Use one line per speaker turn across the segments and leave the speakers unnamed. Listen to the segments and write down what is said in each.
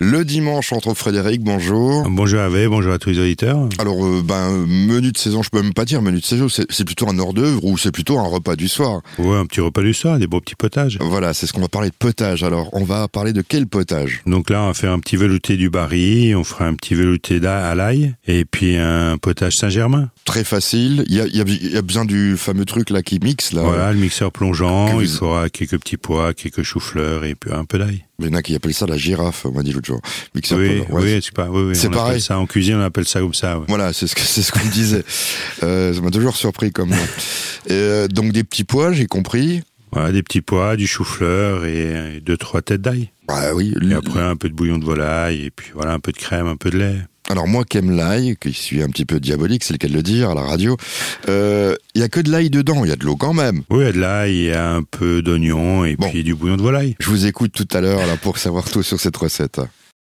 le dimanche entre Frédéric. Bonjour.
Ah, Bonjour à vous, bonjour à tous les auditeurs.
Alors, euh, ben, menu de saison, je peux même pas dire menu de saison, c'est c'est plutôt un hors d'œuvre ou c'est plutôt un repas du soir.
Ouais, un petit repas du soir, des beaux petits potages.
Voilà, c'est ce qu'on va parler de potage. Alors, on va parler de quel potage
Donc là, on va faire un petit velouté du Barry, on fera un petit velouté d'a- à l'ail, et puis un potage Saint-Germain.
Très facile. Il y a, il y a- il y a besoin du fameux truc là qui mixe là.
Voilà, le mixeur plongeant,
Ah Que
il
vous-
faudra quelques petits pois, quelques choux-fleurs, et puis un peu d'ail.
Il y en a qui appellent ça la girafe, on m'a dit l'autre jour. Mixeur
Oui,
polar. Ouais,
oui, c'est pas, oui, oui,
C'est
on appelle
pareil.
Ça, en cuisine, on appelle ça comme ça, ouais.
Voilà, c'est ce que c'est ce qu'on me disait. Euh, ça m'a toujours surpris comme. nom. Et, euh, donc des petits pois, j'ai compris.
Voilà, des petits pois, du chou-fleur et, et deux, trois têtes d'ail.
Bah oui.
Et
l-
après, un peu de bouillon de volaille, et puis voilà, un peu de crème, un peu de lait.
Alors moi qui aime l'ail, qui suis un petit peu diabolique, c'est le cas de le dire à la radio, euh, il y a que de l'ail dedans. Il y a de l'eau quand même.
Oui, il y a de l'ail, il y a un peu d'oignon, et
Bon.
puis du bouillon de volaille.
Je vous écoute tout à l'heure là pour savoir tout sur cette recette.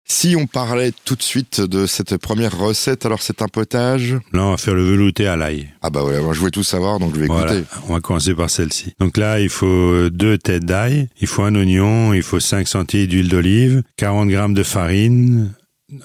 Si on parlait tout de suite de cette première recette, alors c'est un potage.
Là, on va faire le velouté à l'ail.
Ah bah ouais, moi je voulais tout savoir, donc je vais écouter.
Voilà, on va commencer par celle-ci. Donc là, il faut euh, deux têtes d'ail, il faut un oignon, il faut 5 centilitres d'huile d'olive, 40 grammes de farine,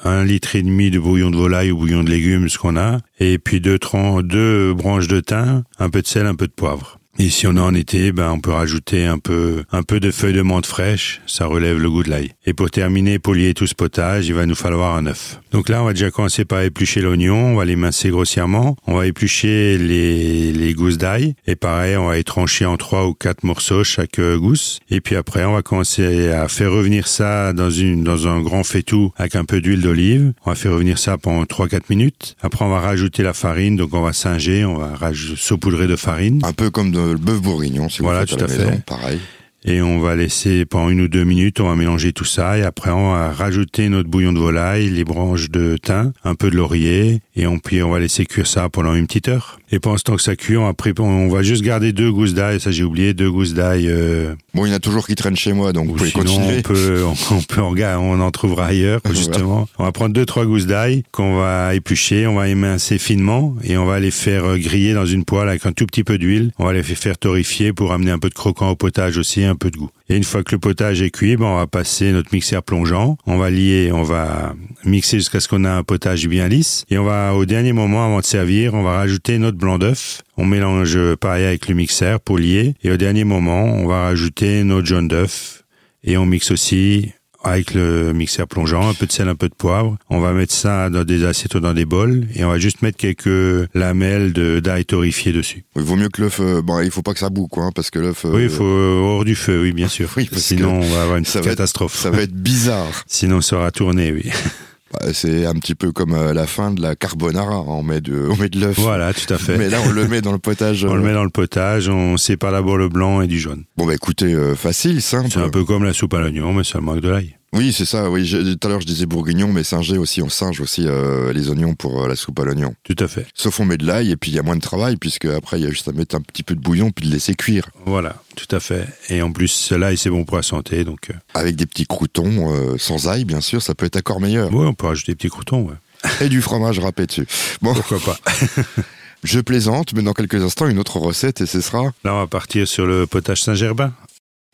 un litre et demi de bouillon de volaille ou bouillon de légumes, ce qu'on a, et puis deux, tron- deux branches de thym, un peu de sel, un peu de poivre. Et si on est en été, ben on peut rajouter un peu, un peu de feuilles de menthe fraîche, ça relève le goût de l'ail. Et pour terminer, polier tout ce potage, il va nous falloir un œuf. Donc là, on va déjà commencer par éplucher l'oignon, on va l'émincer grossièrement, on va éplucher les, les gousses d'ail, et pareil, on va étrancher en trois ou quatre morceaux chaque euh, gousse. Et puis après, on va commencer à faire revenir ça dans une, dans un grand faitout avec un peu d'huile d'olive. On va faire revenir ça pendant 3-4 minutes. Après, on va rajouter la farine, donc on va singer, on va raj- saupoudrer de farine.
Un peu comme de- le bœuf bourguignon, si
Voilà,
vous faites
tout
à la
à
maison,
fait.
pareil.
Et on va laisser pendant une ou deux minutes, on va mélanger tout ça et après on va rajouter notre bouillon de volaille, les branches de thym, un peu de laurier et on, puis on va laisser cuire ça pendant une petite heure. Et pendant ce temps que ça cuit, on va, pré- on va juste garder deux gousses d'ail, ça j'ai oublié, deux gousses d'ail. euh,
Bon, il y en a toujours qui traînent chez moi, donc vous
ou
pouvez
sinon
continuer.
on peut, on, on peut en, ga- on en trouvera ailleurs justement. On va prendre deux trois gousses d'ail qu'on va éplucher, on va émincer finement et on va les faire euh, griller dans une poêle avec un tout petit peu d'huile. On va les faire torréfier pour amener un peu de croquant au potage aussi, un peu de goût. Et une fois que le potage est cuit, ben on va passer notre mixeur plongeant, on va lier, on va mixer jusqu'à ce qu'on a un potage bien lisse et on va au dernier moment avant de servir, on va rajouter notre blanc d'œuf. On mélange euh, pareil avec le mixeur pour lier et au dernier moment, on va rajouter notre jaune d'œuf et on mixe aussi avec le mixeur plongeant, un peu de sel, un peu de poivre. On va mettre ça dans des assiettes ou dans des bols et on va juste mettre quelques lamelles de d'ail torréfié dessus.
Il vaut mieux que l'œuf. euh, bon, il faut pas que ça boue, quoi, hein, parce que l'œuf. euh,
Oui, il faut euh, hors du feu, oui, bien sûr.
Oui, parce
Sinon, on va avoir une
ça va être-
catastrophe.
Ça va être bizarre.
Sinon, ça aura tourné, oui.
Bah, c'est un petit peu comme euh, la fin de la carbonara. hein, On met de, on met de l'œuf.
voilà, tout à fait.
Mais là, on le met dans le potage.
On le
euh,
met dans le potage, on sépare d'abord le blanc et du jaune.
Bon, bah écoutez, euh, facile, simple.
C'est un peu comme la soupe à l'oignon, mais seulement avec de l'ail.
Oui, c'est ça. Oui, Je- tout à l'heure je disais bourguignon, mais singer aussi. On singe aussi euh, les oignons pour euh, la soupe à l'oignon.
Tout à fait.
Sauf on met de l'ail et puis il y a moins de travail puisque après il y a juste à mettre un petit peu de bouillon puis de laisser cuire
Voilà, tout à fait. Et en plus, l'ail, c'est bon pour la santé, donc euh,
avec des petits croutons euh, sans ail, bien sûr. Ça peut être encore meilleur
ouais, on peut rajouter des petits croutons, ouais.
et du fromage râpé dessus. Bon,
pourquoi pas.
je plaisante, mais dans quelques instants une autre recette et ce sera.
Là, on va partir sur le potage Saint-Germain.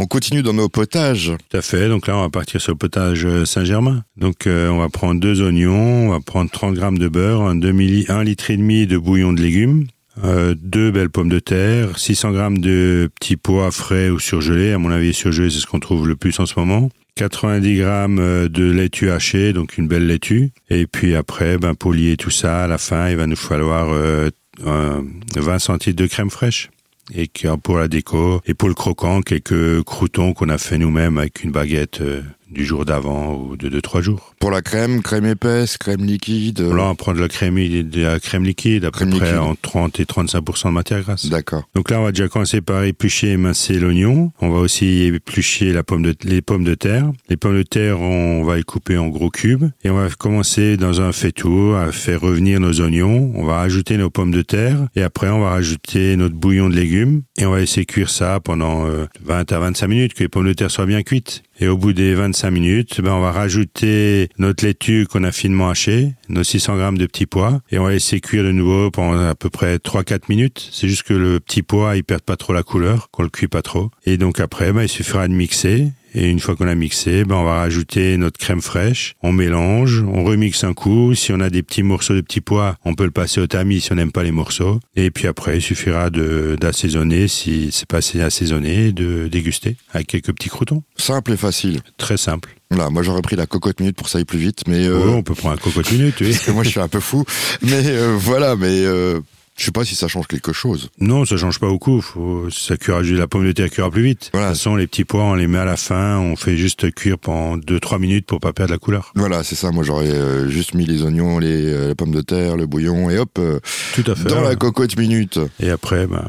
On continue dans nos potages.
Tout à fait. Donc là, on va partir sur le potage euh, Saint-Germain. Donc, euh, on va prendre deux oignons, on va prendre 30 grammes de beurre, un demi, un litre et demi de bouillon de légumes, euh, deux belles pommes de terre, 600 grammes de petits pois frais ou surgelés. À mon avis, surgelés, c'est ce qu'on trouve le plus en ce moment. 90 grammes euh, de laitue hachée, donc une belle laitue. Et puis après, ben, pour lier tout ça, à la fin, il va nous falloir euh, un- 20 centilitres de crème fraîche et qui a pour la déco et pour le croquant quelques croutons qu'on a fait nous-mêmes avec une baguette euh, du jour d'avant ou de deux trois jours.
Pour la crème, crème épaisse, crème liquide.
Là, on va prendre la crème, de la crème liquide à
Euh. Crème
peu près
liquide.
entre 30 et 35 de matière grasse.
D'accord.
Donc là, on va déjà commencer par éplucher et mincer l'oignon. On va aussi éplucher la pomme de, les pommes de terre. Les pommes de terre, on va les couper en gros cubes. Et on va commencer dans un faitout à faire revenir nos oignons. On va ajouter nos pommes de terre. Et après, on va rajouter notre bouillon de légumes. Et on va laisser cuire ça pendant euh, 20 à 25 minutes, que les pommes de terre soient bien cuites. Et au bout des 25 minutes, ben on va rajouter notre laitue qu'on a finement hachée, nos 600 grammes de petits pois, et on va laisser cuire de nouveau pendant à peu près 3-4 minutes. C'est juste que le petit pois, il perd pas trop la couleur, qu'on le cuit pas trop. Et donc après, ben, il suffira de mixer, Et une fois qu'on a mixé, ben on va rajouter notre crème fraîche, on mélange, on remixe un coup. Si on a des petits morceaux de petits pois, on peut le passer au tamis si on n'aime pas les morceaux. Et puis après, il suffira de- d'assaisonner si c'est pas assez assaisonné, de déguster avec quelques petits croutons.
Simple et facile.
Très simple.
Voilà, moi j'aurais pris la cocotte minute pour ça aller plus vite, mais euh,
Ouais, on peut prendre un cocotte minute, oui.
parce que moi je suis un peu fou. Mais euh, voilà, mais euh, je sais pas si ça change quelque chose.
Non, ça change pas beaucoup. Faut, ça cuira, la pomme de terre cuira plus vite.
Voilà.
De toute façon, les petits pois, on les met à la fin. On fait juste cuire pendant 2-3 minutes pour pas perdre la couleur.
Voilà, c'est ça. Moi j'aurais euh, juste mis les oignons, les, euh, les pommes de terre, le bouillon et hop euh,
Tout à fait.
dans la cocotte minute.
Et après, ben,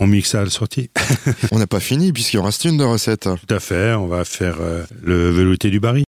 on mixe ça à la sortie.
On n'a pas fini puisqu'il en reste une de recette.
Tout à fait. On va faire euh, le velouté du baril.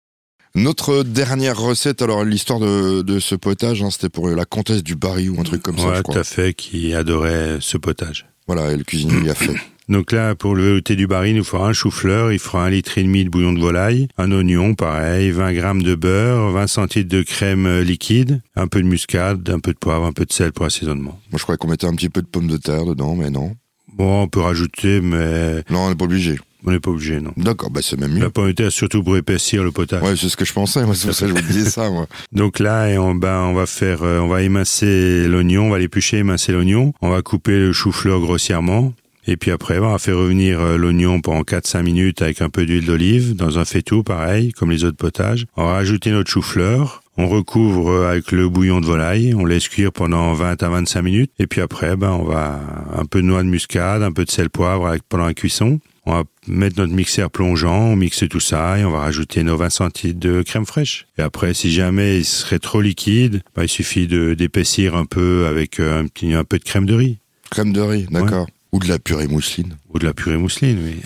Notre dernière recette, alors l'histoire de, de ce potage, hein, c'était pour la comtesse du Barry ou un truc comme ça,
Voilà,
je
tout
crois.
à fait, qui adorait ce potage.
Voilà, et le cuisinier lui a fait.
Donc là, pour le velouté du baril, il nous faudra un chou-fleur, il fera un litre et demi de bouillon de volaille, un oignon, pareil, 20 grammes de beurre, 20 centilitres de crème euh, liquide, un peu de muscade, un peu de poivre, un peu de sel pour assaisonnement.
Moi, je croyais qu'on mettait un petit peu de pommes de terre dedans, mais non.
Bon, on peut rajouter, mais
Non, on n'est pas obligé.
on n'est pas obligé, non.
D'accord, bah c'est même mieux.
La pomme de terre, surtout pour épaissir le potage.
Ouais, c'est ce que je pensais, moi, c'est pour ça que je vous disais ça, moi.
Donc là, et on, ben, on va faire, euh, on va émincer l'oignon, on va l'éplucher, émincer l'oignon. On va couper le chou-fleur grossièrement. Et puis après, ben, on va faire revenir euh, l'oignon pendant 4-5 minutes avec un peu d'huile d'olive dans un faitout, pareil, comme les autres potages. On va rajouter notre chou-fleur. On recouvre euh, avec le bouillon de volaille, on laisse cuire pendant 20 à 25 minutes, et puis après, ben, on va un peu de noix de muscade, un peu de sel poivre avec, pendant la cuisson. On va mettre notre mixeur plongeant, on mixe tout ça et on va rajouter nos 20 centilitres de crème fraîche. Et après, si jamais il serait trop liquide, bah, il suffit de d'épaissir un peu avec euh, un petit un peu de crème de riz
Crème de riz, d'accord. Ou de la purée mousseline,
ou de la purée mousseline. Oui.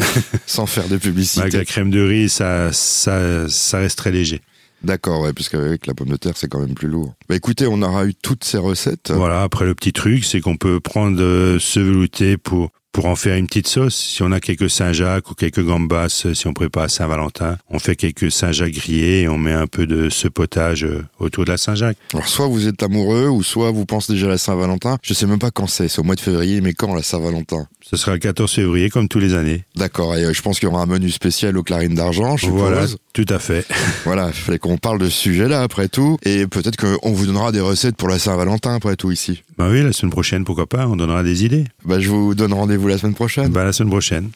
sans faire de
avec la
publicité.
crème de riz, ça ça ça reste très léger.
D'accord, ouais, parce qu'avec la pomme de terre, c'est quand même plus lourd. Bah écoutez, on aura eu toutes ces recettes.
Voilà. Après, le petit truc, c'est qu'on peut prendre euh, ce velouté pour pour en faire une petite sauce. Si on a quelques Saint-Jacques ou quelques gambas, euh, si on prépare à Saint-Valentin, on fait quelques Saint-Jacques grillés et on met un peu de ce potage euh, autour de la Saint-Jacques.
Alors, soit vous êtes amoureux, ou soit vous pensez déjà à la Saint-Valentin. Je sais même pas quand c'est, c'est au mois de février, mais quand la Saint-Valentin
Ce sera le 14 février, comme tous les années.
D'accord, et euh, je pense qu'il y aura un menu spécial aux clarines d'argent, je suppose.
Voilà, tout à fait.
Voilà, il fallait qu'on parle de ce sujet-là après tout. Et peut-être qu'on vous donnera des recettes pour la Saint-Valentin après tout ici.
Bah Ben oui, la semaine prochaine, pourquoi pas, on donnera des idées.
Bah, je vous donne rendez-vous la semaine prochaine.
Ben à la semaine prochaine.